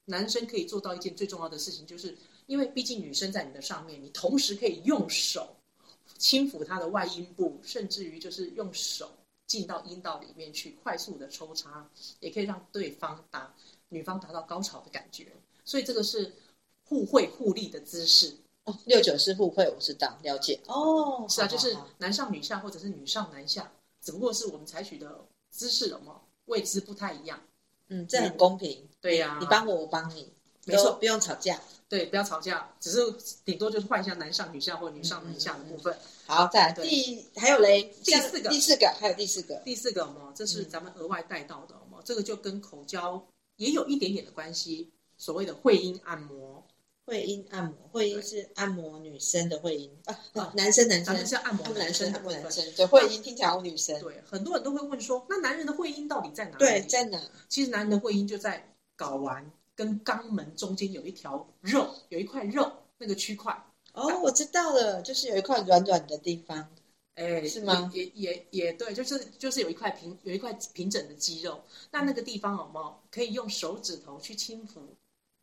Speaker 4: 男生可以做到一件最重要的事情，就是因为毕竟女生在你的上面，你同时可以用手轻抚她的外阴部，甚至于就是用手进到阴道里面去快速的抽插，也可以让对方达女方达到高潮的感觉。所以这个是互惠互利的姿势。
Speaker 3: 哦，六九是互惠，我知道，了解。哦，
Speaker 4: 是啊，
Speaker 3: 好
Speaker 4: 就是
Speaker 3: 好好
Speaker 4: 男上女下，或者是女上男下，只不过是我们采取的姿势有没有位置不太一样。
Speaker 3: 嗯，这很公平，
Speaker 4: 对呀、
Speaker 3: 你帮我，我帮你，
Speaker 4: 没错
Speaker 3: 都不用吵架。
Speaker 4: 对，不要吵架，只是顶多就是换一下男上女下或女上男下的部
Speaker 3: 嗯
Speaker 4: 分。
Speaker 3: 好，再来
Speaker 4: 对
Speaker 3: 第还有嘞，
Speaker 4: 第
Speaker 3: 下
Speaker 4: 四个
Speaker 3: 第四个还有第四个，
Speaker 4: 第四个嘛，这
Speaker 3: 嗯
Speaker 4: 是咱们额外带到的嘛，这个就跟口交也有一点点的关系，所谓的会阴按摩，
Speaker 3: 会阴按摩，会阴
Speaker 4: 对
Speaker 3: 是按摩女生的会阴啊
Speaker 4: 啊
Speaker 3: 男生男
Speaker 4: 咱
Speaker 3: 生
Speaker 4: 们是按摩
Speaker 3: 按摩
Speaker 4: 男
Speaker 3: 男
Speaker 4: 生
Speaker 3: 生
Speaker 4: 的
Speaker 3: 按
Speaker 4: 部
Speaker 3: 摩
Speaker 4: 分
Speaker 3: 男。生，对会阴听起来好女生，
Speaker 4: 对，很多人都会问说，那男人的会阴到底在哪里？
Speaker 3: 对，在哪？
Speaker 4: 其实男人的会阴就在睾丸跟肛门中间有一条肉，有一块肉那个区块，
Speaker 3: 哦，我知道了，就是有一块软软的地方，
Speaker 4: 哎，
Speaker 3: 是吗
Speaker 4: 也也也对，就是就是有一块平有一块平整的肌肉，那那个地方有没有可以用手指头去轻抚？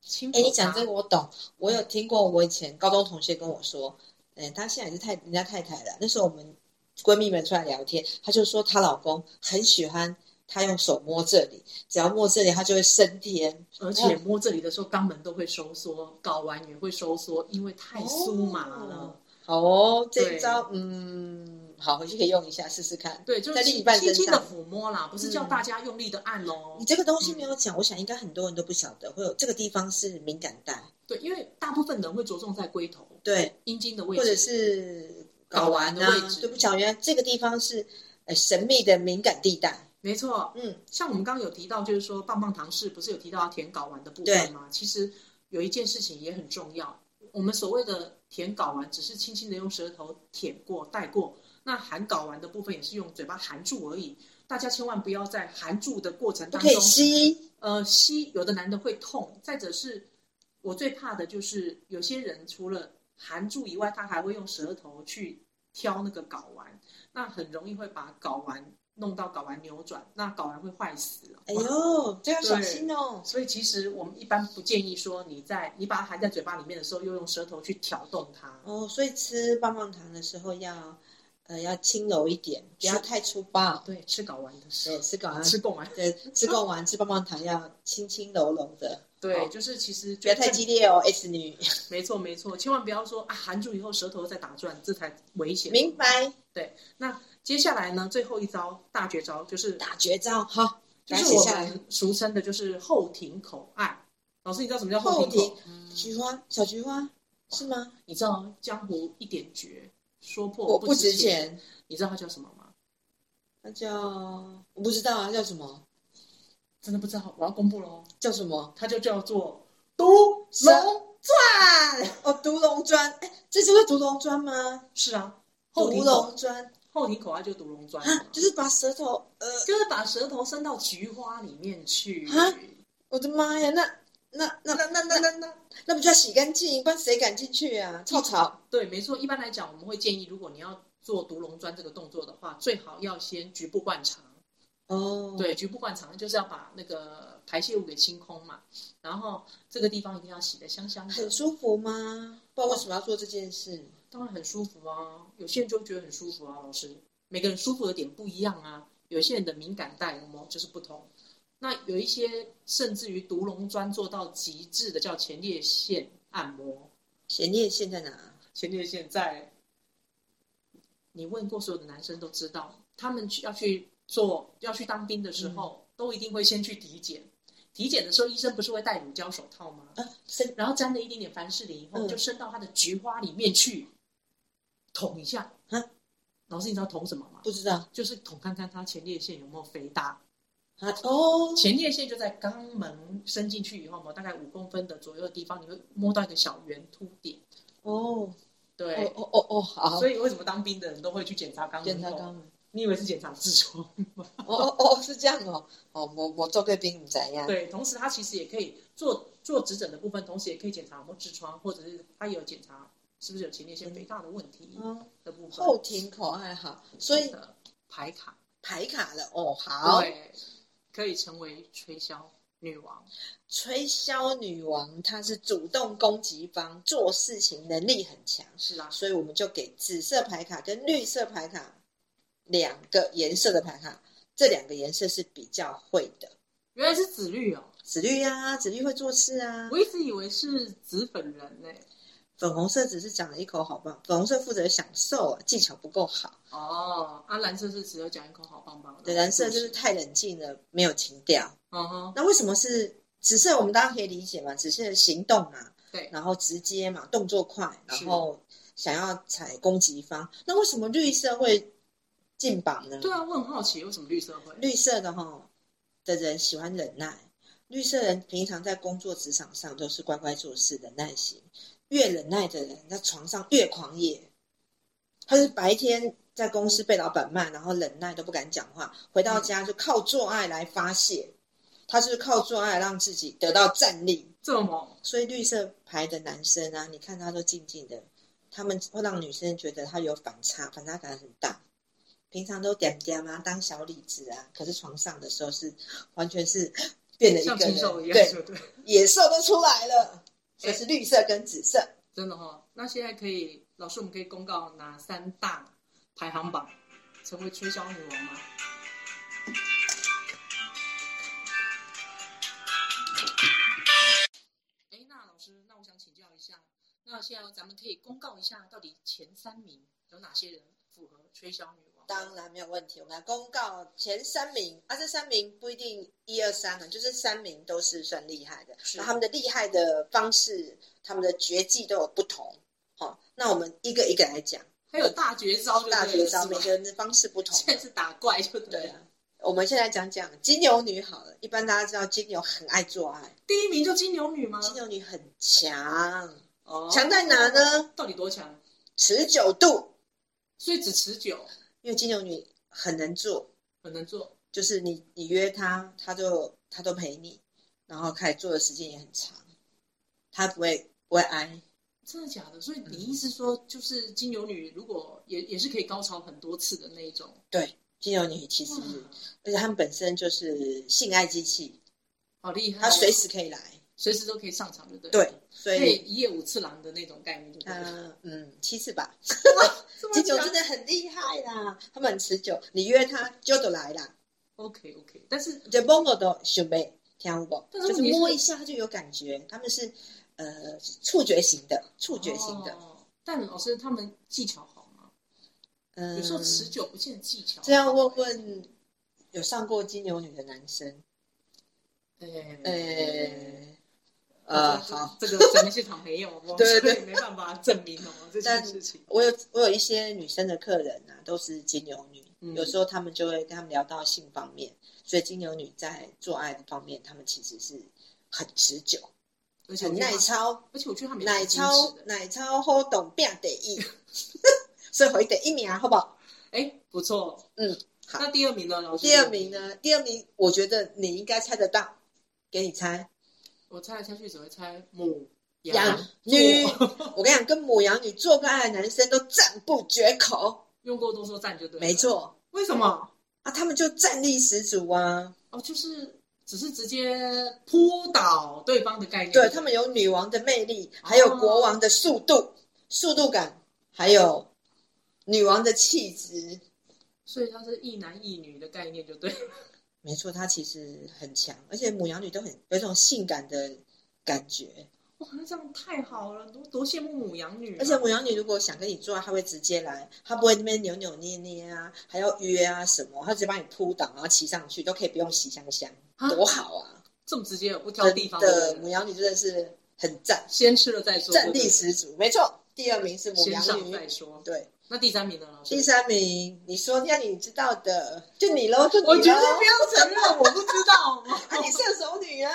Speaker 4: 轻抚
Speaker 3: 哎，
Speaker 4: 它。
Speaker 3: 你讲这个我懂，我有听过，我以前高中同学跟我说，哎，她现在也是太人家太太了。那时候我们闺蜜们出来聊天，她就说她老公很喜欢她用手摸这里，只要摸这里，她就会升天。
Speaker 4: 而且摸这里的时候，肛门都会收缩，睾丸也会收缩，因为太酥麻了。
Speaker 3: 哦好哦，这一
Speaker 4: 对
Speaker 3: 招，嗯，好，回去可以用一下试试看。
Speaker 4: 对，就
Speaker 3: 在
Speaker 4: 是
Speaker 3: 另一
Speaker 4: 轻
Speaker 3: 半身
Speaker 4: 轻的
Speaker 3: 上，嗯
Speaker 4: 抚摸啦，不是叫大家用力的按哦。
Speaker 3: 你这个东西没有讲，我想应该很多人都不晓得，会有这个地方是敏感带，
Speaker 4: 对，因为大部分人会着重在龟头、
Speaker 3: 对，
Speaker 4: 阴茎的位置，
Speaker 3: 或者是
Speaker 4: 睾
Speaker 3: 丸
Speaker 4: 丸的位
Speaker 3: 啊
Speaker 4: 置，
Speaker 3: 对不晓得原来这个地方是呃神秘的敏感地带，
Speaker 4: 没错，
Speaker 3: 嗯。
Speaker 4: 像我们刚刚有提到，就是说棒棒糖是不是有提到要舔睾丸的部分吗？其实有一件事情也很重要，我们所谓的舔睾丸，只是轻轻的用舌头舔过、带过，那含睾丸的部分也是用嘴巴含住而已。大家千万不要在含住的过程
Speaker 3: 不
Speaker 4: 当
Speaker 3: 可以
Speaker 4: 中，
Speaker 3: 吸，
Speaker 4: 呃，吸有的男的会痛，再者是我最怕的就是有些人除了含住以外，他还会用舌头去挑那个睾丸，那很容易会把睾丸弄到睾丸扭转，那睾丸会坏死了。
Speaker 3: 哎呦，这要小心哦。
Speaker 4: 所以其实我们一般不建议说你在你把它含在嘴巴里面的时候，又用舌头去挑动它。
Speaker 3: 哦，所以吃棒棒糖的时候要，呃，要轻柔一点，不要
Speaker 4: 是
Speaker 3: 太粗暴。
Speaker 4: 对，吃睾丸的时
Speaker 3: 对，
Speaker 4: 候，
Speaker 3: 吃睾丸，
Speaker 4: 吃贡丸，
Speaker 3: 对，吃贡丸，吃棒棒糖要轻轻柔柔的，
Speaker 4: 对
Speaker 3: 好，
Speaker 4: 就是其实
Speaker 3: 不
Speaker 4: 就
Speaker 3: 要太激烈哦，S 女。
Speaker 4: 没错没错，千万不要说啊含住以后舌头再打转，这才危险。
Speaker 3: 明白，
Speaker 4: 接下来呢，最后一招大绝招就是
Speaker 3: 大绝招，好，
Speaker 4: 就
Speaker 3: 来
Speaker 4: 是
Speaker 3: 写
Speaker 4: 我
Speaker 3: 下来。
Speaker 4: 们俗称的就是后庭口爱。老师，你知道什么叫后庭口？
Speaker 3: 菊花，小菊花是吗？
Speaker 4: 你知道江湖一点绝，说破
Speaker 3: 我不值
Speaker 4: 值钱。
Speaker 3: 钱，
Speaker 4: 你知道它叫什么吗？
Speaker 3: 那叫我不知道啊，叫什么？
Speaker 4: 真的不知道，我要公布喽。
Speaker 3: 叫什么？
Speaker 4: 它就叫做毒龙。
Speaker 3: 钻哦，独龙砖，哎，这就是独龙砖吗？
Speaker 4: 是啊，后
Speaker 3: 独
Speaker 4: 庭口
Speaker 3: 龙砖，
Speaker 4: 后庭口爱就毒龙钻
Speaker 3: 啊
Speaker 4: 嘛，，
Speaker 3: 就是把舌头呃
Speaker 4: 就是把舌头伸到菊花里面去
Speaker 3: 啊。我的妈呀，那那那那那那那那那不叫洗干净，不然谁敢进去啊？臭草，
Speaker 4: 对，没错。一般来讲，我们会建议，如果你要做独龙砖这个动作的话，最好要先局部灌肠。
Speaker 3: 哦，
Speaker 4: 对，局部灌肠就是要把那个排泄物给清空嘛，然后这个地方一定要洗得香香
Speaker 3: 很
Speaker 4: 的，
Speaker 3: 舒服吗？不知道为什么要做这件事。
Speaker 4: 当然很舒服啊。有些人就觉得很舒服啊，老师，每个人舒服的点不一样啊。有些人的敏感带，我们就是不同。那有一些甚至于独龙砖做到极致的叫前列腺按摩，
Speaker 3: 前列腺在哪？
Speaker 4: 前列腺在，你问过所有的男生都知道，他们去要去做要去当兵的时
Speaker 3: 嗯
Speaker 4: 候，都一定会先去体检。体检的时候，医生不是会戴乳胶手套吗？
Speaker 3: 啊，身
Speaker 4: 然后沾了一点点凡士林以后，
Speaker 3: 嗯
Speaker 4: 就伸到他的菊花里面去捅一下。
Speaker 3: 啊
Speaker 4: 老师，你知道捅什么吗？
Speaker 3: 不知道
Speaker 4: 就是捅看看他前列腺有没有肥大。
Speaker 3: 啊哦，
Speaker 4: 前列腺就在肛门伸进去以后嘛，大概五公分的左右的地方，你会摸到一个小圆凸点。
Speaker 3: 哦
Speaker 4: 对，
Speaker 3: 哦哦哦哦，好
Speaker 4: 所，以为什么当兵的人都会去检查肛门？
Speaker 3: 检查肛。门。
Speaker 4: 你以为是检查痔疮？
Speaker 3: 哦哦哦，是这样哦。哦，我我做贵宾怎样？
Speaker 4: 对，同时它其实也可以做做指诊的部分，同时也可以检查有没有痔疮，或者是它也有检查是不是有前列腺肥大的问题
Speaker 3: 哦，
Speaker 4: 的部分。
Speaker 3: 后庭口爱好，所以
Speaker 4: 的牌卡，
Speaker 3: 排卡了哦。好，
Speaker 4: 对，可以成为吹箫女王。
Speaker 3: 吹箫女王她是主动攻击方，做事情能力很强，
Speaker 4: 是啊啦，
Speaker 3: 所以我们就给紫色牌卡跟绿色牌卡两个颜色的牌卡，这两个颜色是比较会的。
Speaker 4: 原来是紫绿哦，
Speaker 3: 紫绿呀、紫绿会做事啊。
Speaker 4: 我一直以为是紫粉人呢、
Speaker 3: 粉红色只是讲了一口好棒，粉红色负责享受啊，技巧不够好。
Speaker 4: 哦，啊，蓝色是只有讲一口好棒棒。
Speaker 3: 对，蓝色就是太冷静了，没有情调。
Speaker 4: 嗯哼，
Speaker 3: 那为什么是紫色？我们当然可以理解嘛，只是行动嘛，
Speaker 4: 对，
Speaker 3: 然后直接嘛，动作快，然后想要踩攻击方。那为什么绿色会进榜呢？
Speaker 4: 对啊，我很好奇为什么绿色会。
Speaker 3: 绿色的哈的人喜欢忍耐，绿色人平常在工作职场上都是乖乖做事、忍耐型。越忍耐的人，在床上越狂野。他是白天在公司被老板骂，然后忍耐都不敢讲话，回到家就靠做爱来发泄。他就是靠做爱让自己得到战力。
Speaker 4: 这么猛，
Speaker 3: 所以绿色牌的男生啊，你看他都静静的，他们会让女生觉得他有反差，反差感很大。平常都点点啊，当小李子啊，可是床上的时候是完全是 *gasps* 变了一
Speaker 4: 像
Speaker 3: 个
Speaker 4: 禽兽
Speaker 3: 人，
Speaker 4: 一样，哎
Speaker 3: 对，
Speaker 4: 就对，
Speaker 3: 野兽都出来了，所以是绿色跟紫色。
Speaker 4: 真的哈、哦。那现在可以，老师，我们可以公告哪三大排行榜成为吹箫女王吗？哎，那老师，那我想请教一下，那现在咱们可以公告一下，到底前三名有哪些人符合吹箫女王？
Speaker 3: 当然没有问题，我们来公告前三名啊，这三名不一定一二三啊，就是三名都是算厉害的，
Speaker 4: 是
Speaker 3: 然后他们的厉害的方式，他们的绝技都有不同。好、那我们一个一个来讲。
Speaker 4: 还有大绝招就对了，
Speaker 3: 大学上面
Speaker 4: 是吗
Speaker 3: 跟方式不同。
Speaker 4: 现在是打怪就对
Speaker 3: 对
Speaker 4: 了
Speaker 3: 啊。，我们现在讲讲金牛女好了。一般大家知道金牛很爱做爱，
Speaker 4: 第一名就金牛女吗？
Speaker 3: 金牛女很强，
Speaker 4: 哦
Speaker 3: 强在哪呢？
Speaker 4: 到底多强？
Speaker 3: 持久度，
Speaker 4: 所以只持久
Speaker 3: 因为金牛女很能做，
Speaker 4: 很能做，
Speaker 3: 就是你你约她，她就她都陪你，然后开始做的时间也很长，她不会不会挨。
Speaker 4: 真的假的？所以
Speaker 3: 嗯
Speaker 4: 你意思说，就是金牛女如果也也是可以高潮很多次的那一种，
Speaker 3: 对，金牛女其实，而且她们本身就是性爱机器，
Speaker 4: 好厉害哦！
Speaker 3: 她随时可以来。
Speaker 4: 随时都可以上场，就对。
Speaker 3: 对，，所
Speaker 4: 可以
Speaker 3: 以
Speaker 4: 一夜五次郎的那种概念，就对了。
Speaker 3: 嗯嗯，七次吧。
Speaker 4: 这么
Speaker 3: 金牛
Speaker 4: 强
Speaker 3: 真的很厉害啦，他们很持久，你约他就都来啦，
Speaker 4: OK OK，但是
Speaker 3: 就摸摸都想妹听过，
Speaker 4: 但是
Speaker 3: 就是
Speaker 4: 问题是
Speaker 3: 摸一下他就有感觉，他们是呃触觉型的，触觉型的，
Speaker 4: 哦但老师他们技巧好吗？
Speaker 3: 嗯，
Speaker 4: 有时候持久不见得技巧好。
Speaker 3: 这样问问有上过金牛女的男生，
Speaker 4: 哎，
Speaker 3: 呃
Speaker 4: 哎，
Speaker 3: 呃好，，
Speaker 4: 这个咱们现场没有，我
Speaker 3: 对对
Speaker 4: 所以没办法证明哦这件
Speaker 3: 但
Speaker 4: 事情。
Speaker 3: 我有我有一些女生的客人啊，都是金牛女，
Speaker 4: 嗯
Speaker 3: 有时候他们就会跟他们聊到性方面，所以金牛女在做爱的方面，他们其实是很持久，
Speaker 4: 而且我
Speaker 3: 很
Speaker 4: 觉得
Speaker 3: 耐
Speaker 4: 他，
Speaker 3: 操。
Speaker 4: 而且我觉得他们也
Speaker 3: 奶
Speaker 4: 蛮矜持
Speaker 3: 超
Speaker 4: 的
Speaker 3: 奶超好懂拼第一， *laughs* 所以回第一名啊好不好？
Speaker 4: 哎，不错，
Speaker 3: 嗯，好
Speaker 4: 那第二名呢，老师？
Speaker 3: 第二名？呢？第二名我觉得你应该猜得到，给你猜，
Speaker 4: 我猜来猜去只会猜母
Speaker 3: 羊
Speaker 4: *laughs*
Speaker 3: 女。 *laughs* 我跟你讲，跟母羊女做个爱的男生都赞不绝口，
Speaker 4: 用过多说赞就对。
Speaker 3: 没，错
Speaker 4: 为什么？
Speaker 3: 啊，他们就战力十足啊。
Speaker 4: 哦，就是只是直接扑倒对方的概念。
Speaker 3: 对他们有女王的魅力，还有国王的速度、速度感，还有女王的气质。
Speaker 4: 所以他是一男一女的概念就对。
Speaker 3: 没错，她其实很强，而且母羊女都很有一种性感的感觉。
Speaker 4: *laughs* 哇，那这样太好了，多多羡慕母羊女啊、
Speaker 3: 而且母羊女如果想跟你做爱，她会直接来，她不会那边扭扭捏捏啊，还要约啊什么，她直接把你扑倒，然后骑上去，都可以不用洗香香，
Speaker 4: 啊
Speaker 3: 多好啊！
Speaker 4: 这么直接不挑地
Speaker 3: 真
Speaker 4: 方
Speaker 3: 的，
Speaker 4: 对
Speaker 3: 母羊女真的是很赞，
Speaker 4: 先吃了再说，
Speaker 3: 战
Speaker 4: 对
Speaker 3: 力
Speaker 4: 不对
Speaker 3: 十足。没错，第二名是母
Speaker 4: 先
Speaker 3: 羊
Speaker 4: 上
Speaker 3: 女，
Speaker 4: 再说。
Speaker 3: 对，
Speaker 4: 那第三名呢？老师
Speaker 3: 第三名，你说让你知道的，就你喽，就你咯
Speaker 4: 我绝对不要承认，我不知道。
Speaker 3: 啊，你射手女啊，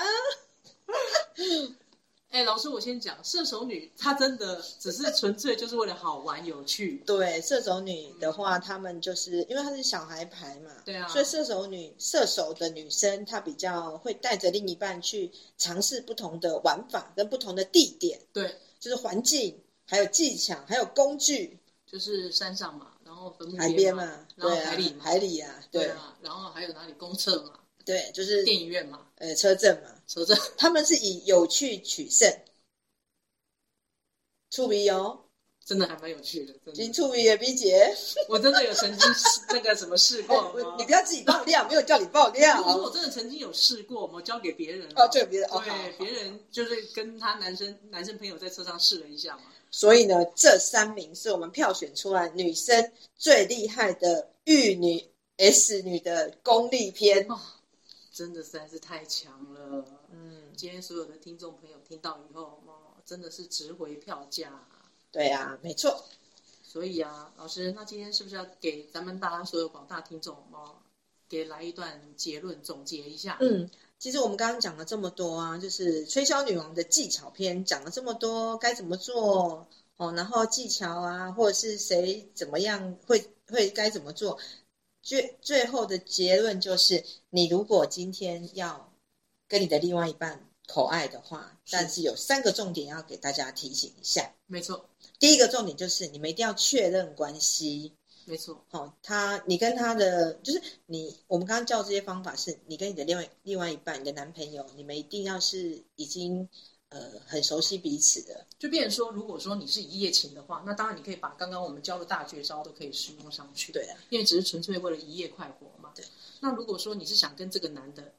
Speaker 4: 哎、老师，我先讲，射手女她真的只是纯粹就是为了好玩有趣，
Speaker 3: 对，射手女的话，她们就是因为她是小孩牌嘛，
Speaker 4: 嗯对啊
Speaker 3: 所以射手女、射手的女生，她比较会带着另一半去尝试不同的玩法跟不同的地点，
Speaker 4: 对，
Speaker 3: 就是环境，还有技巧，还有工具，
Speaker 4: 就是山上嘛，然后坟墓
Speaker 3: 海
Speaker 4: 边
Speaker 3: 边
Speaker 4: 嘛
Speaker 3: 嘛，，
Speaker 4: 然后
Speaker 3: 对
Speaker 4: 海里
Speaker 3: 啊，
Speaker 4: 嘛，
Speaker 3: 海里啊，
Speaker 4: 对
Speaker 3: 对
Speaker 4: 啊，然后还有哪里公厕嘛，
Speaker 3: 对，就是
Speaker 4: 电影院嘛，
Speaker 3: 呃车震嘛，
Speaker 4: 车站，
Speaker 3: 他们是以有趣取胜，触鼻哦，
Speaker 4: 真的还蛮有趣的，真
Speaker 3: 金
Speaker 4: 的，
Speaker 3: 触鼻也鼻姐，
Speaker 4: 我真的有曾经试那个什么试过
Speaker 3: 哎我
Speaker 4: 吗
Speaker 3: 你？不要自己爆料，没有叫你爆
Speaker 4: *laughs*
Speaker 3: 料
Speaker 4: 不是我真的曾经有试过，我交给别人了
Speaker 3: 哦，这个别人哦，好好
Speaker 4: 对，别人就是跟他男生男生朋友在车上试了一下嘛，
Speaker 3: 所以呢，这三名是我们票选出来女生最厉害的玉女 S 女的功力篇。
Speaker 4: 真的实在是太强了。
Speaker 3: 嗯，
Speaker 4: 今天所有的听众朋友听到以后，哦，真的是值回票价啊。
Speaker 3: 对啊，没错。
Speaker 4: 所以啊，老师，那今天是不是要给咱们大家所有广大听众哦，给来一段结论，总结一下？，
Speaker 3: 嗯，其实我们刚刚讲了这么多啊，就是吹箫女王的技巧篇讲了这么多，该怎么做哦，然后技巧啊，或者是谁怎么样会会该怎么做，最最后的结论就是，你如果今天要跟你的另外一半口爱的话，
Speaker 4: 是
Speaker 3: 但是有三个重点要给大家提醒一下。
Speaker 4: 没错，
Speaker 3: 第一个重点就是你们一定要确认关系。
Speaker 4: 没错，
Speaker 3: 哦，他你跟他的就是你，我们刚刚教这些方法是，你跟你的另外另外一半，你的男朋友，你们一定要是已经呃很熟悉彼此的，
Speaker 4: 就变成说，如果说你是一夜情的话，那当然你可以把刚刚我们教的大绝招都可以使用上去。
Speaker 3: 对啊，
Speaker 4: 因为只是纯粹为了一夜快活嘛。
Speaker 3: 对。
Speaker 4: 那如果说你是想跟这个男的，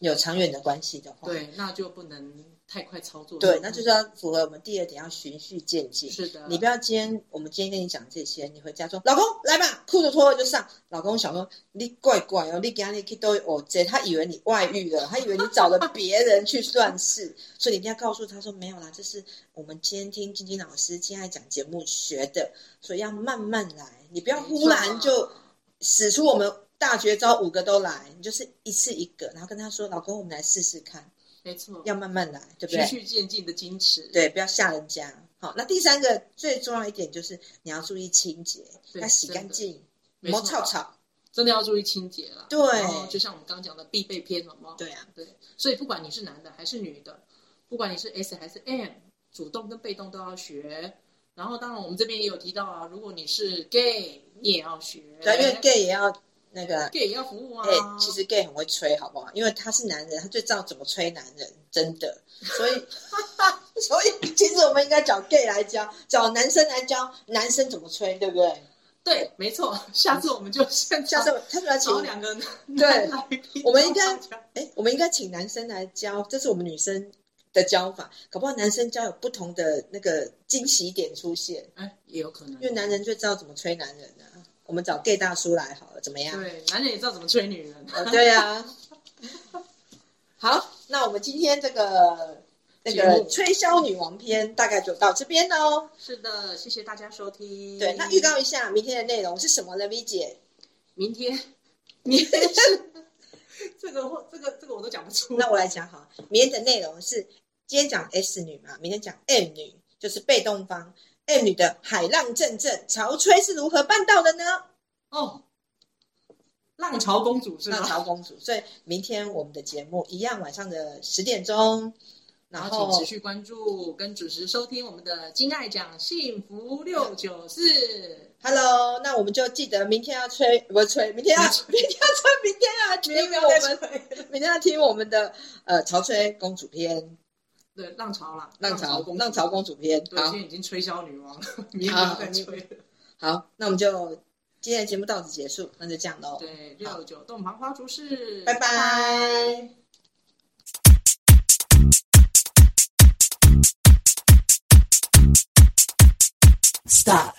Speaker 3: 有长远的关系的话，
Speaker 4: 对，那就不能太快操作。
Speaker 3: 哦对，那就是要符合我们第二点，要循序渐进。
Speaker 4: 是的，
Speaker 3: 你不要今天我们今天跟你讲这些，你回家说老公来吧，裤子脱了就上。老公想说你怪怪哦，你给他你去都我这，他以为你外遇了，他以为你找了别人去乱试，所以你一定要告诉他说没有啦，这是我们今天听晶晶老师今天来讲节目学的，所以要慢慢来，你不要忽然就使出我们大绝招五个都来，你就是一次一个，然后跟他说老公我们来试试看，
Speaker 4: 没错，
Speaker 3: 要慢慢来，对不
Speaker 4: 循
Speaker 3: 对？
Speaker 4: 序渐进的矜持。
Speaker 3: 对，不要吓人家。好，那第三个最重要一点就是你要注意清洁，
Speaker 4: 对
Speaker 3: 要洗
Speaker 4: 真的
Speaker 3: 干净，
Speaker 4: 没
Speaker 3: 毛
Speaker 4: 错
Speaker 3: 草草。
Speaker 4: 真的要注意清洁了。
Speaker 3: 对
Speaker 4: 然后就像我们刚讲的必备篇，好吗？
Speaker 3: 对啊，
Speaker 4: 对，所以不管你是男的还是女的，不管你是 S 还是 M，主动跟被动都要学。然后，当然我们这边也有提到啊，如果你是 gay，你也要学。
Speaker 3: 对，因为 gay 也要那个，
Speaker 4: gay 也要服务啊。
Speaker 3: 哎、其实 gay 很会吹，好不好？因为他是男人，他最知道怎么吹男人，真的。所
Speaker 4: *laughs*
Speaker 3: 以，所以其实我们应该找 gay 来教，找男生来教男生怎么吹，对不对？
Speaker 4: 对，没错。下次我们就现
Speaker 3: 下次他们来请
Speaker 4: 找，两个
Speaker 3: 对
Speaker 4: 来宾
Speaker 3: 我们应该
Speaker 4: 上场
Speaker 3: 哎、我们应该请男生来教，这是我们女生的教法，搞不好男生教有不同的那个惊喜点出现。
Speaker 4: 哎，也有可能，
Speaker 3: 因为男人就知道怎么吹男人啊。我们找 gay 大叔来好了，怎么样？
Speaker 4: 对男人也知道怎么追女人。
Speaker 3: 呃对呀、 *laughs* 好，那我们今天这个那
Speaker 4: 节
Speaker 3: 个
Speaker 4: 目
Speaker 3: 吹箫女王篇大概就到这边喽。
Speaker 4: 是的，谢谢大家收听。
Speaker 3: 对，那预告一下明天的内容是什么呢？V 姐，
Speaker 4: 明 *laughs* 天，明天是这个我这个这个我都讲不出。
Speaker 3: 那我来讲好，明天的内容是今天讲 S 女嘛，明天讲 M 女，就是被动方 M 女的海浪阵阵，潮吹是如何办到的呢？
Speaker 4: 哦，浪潮公主是
Speaker 3: 浪
Speaker 4: 吗？
Speaker 3: 潮公主。所以明天我们的节目一样晚上的十点钟，然
Speaker 4: 然
Speaker 3: 后
Speaker 4: 后请持续关注跟准时收听我们的《金爱奖幸福六九四》，
Speaker 3: Hello，那我们就记得明天要吹， *laughs* 不是吹，明
Speaker 4: *laughs*
Speaker 3: 天要明天要吹，明天
Speaker 4: 啊
Speaker 3: 要听我们，明天要听我们的呃潮吹公主篇，
Speaker 4: 对浪潮啦，
Speaker 3: 浪潮
Speaker 4: 公主
Speaker 3: 浪潮公主篇。
Speaker 4: 对，
Speaker 3: 好
Speaker 4: 今天已经吹箫女王了， *laughs* 明天不要再吹了。
Speaker 3: 好，那我们就今天的节目到此结束，那就这样喽，
Speaker 4: 对，六九洞房花烛事，
Speaker 3: 拜拜。
Speaker 1: Stop.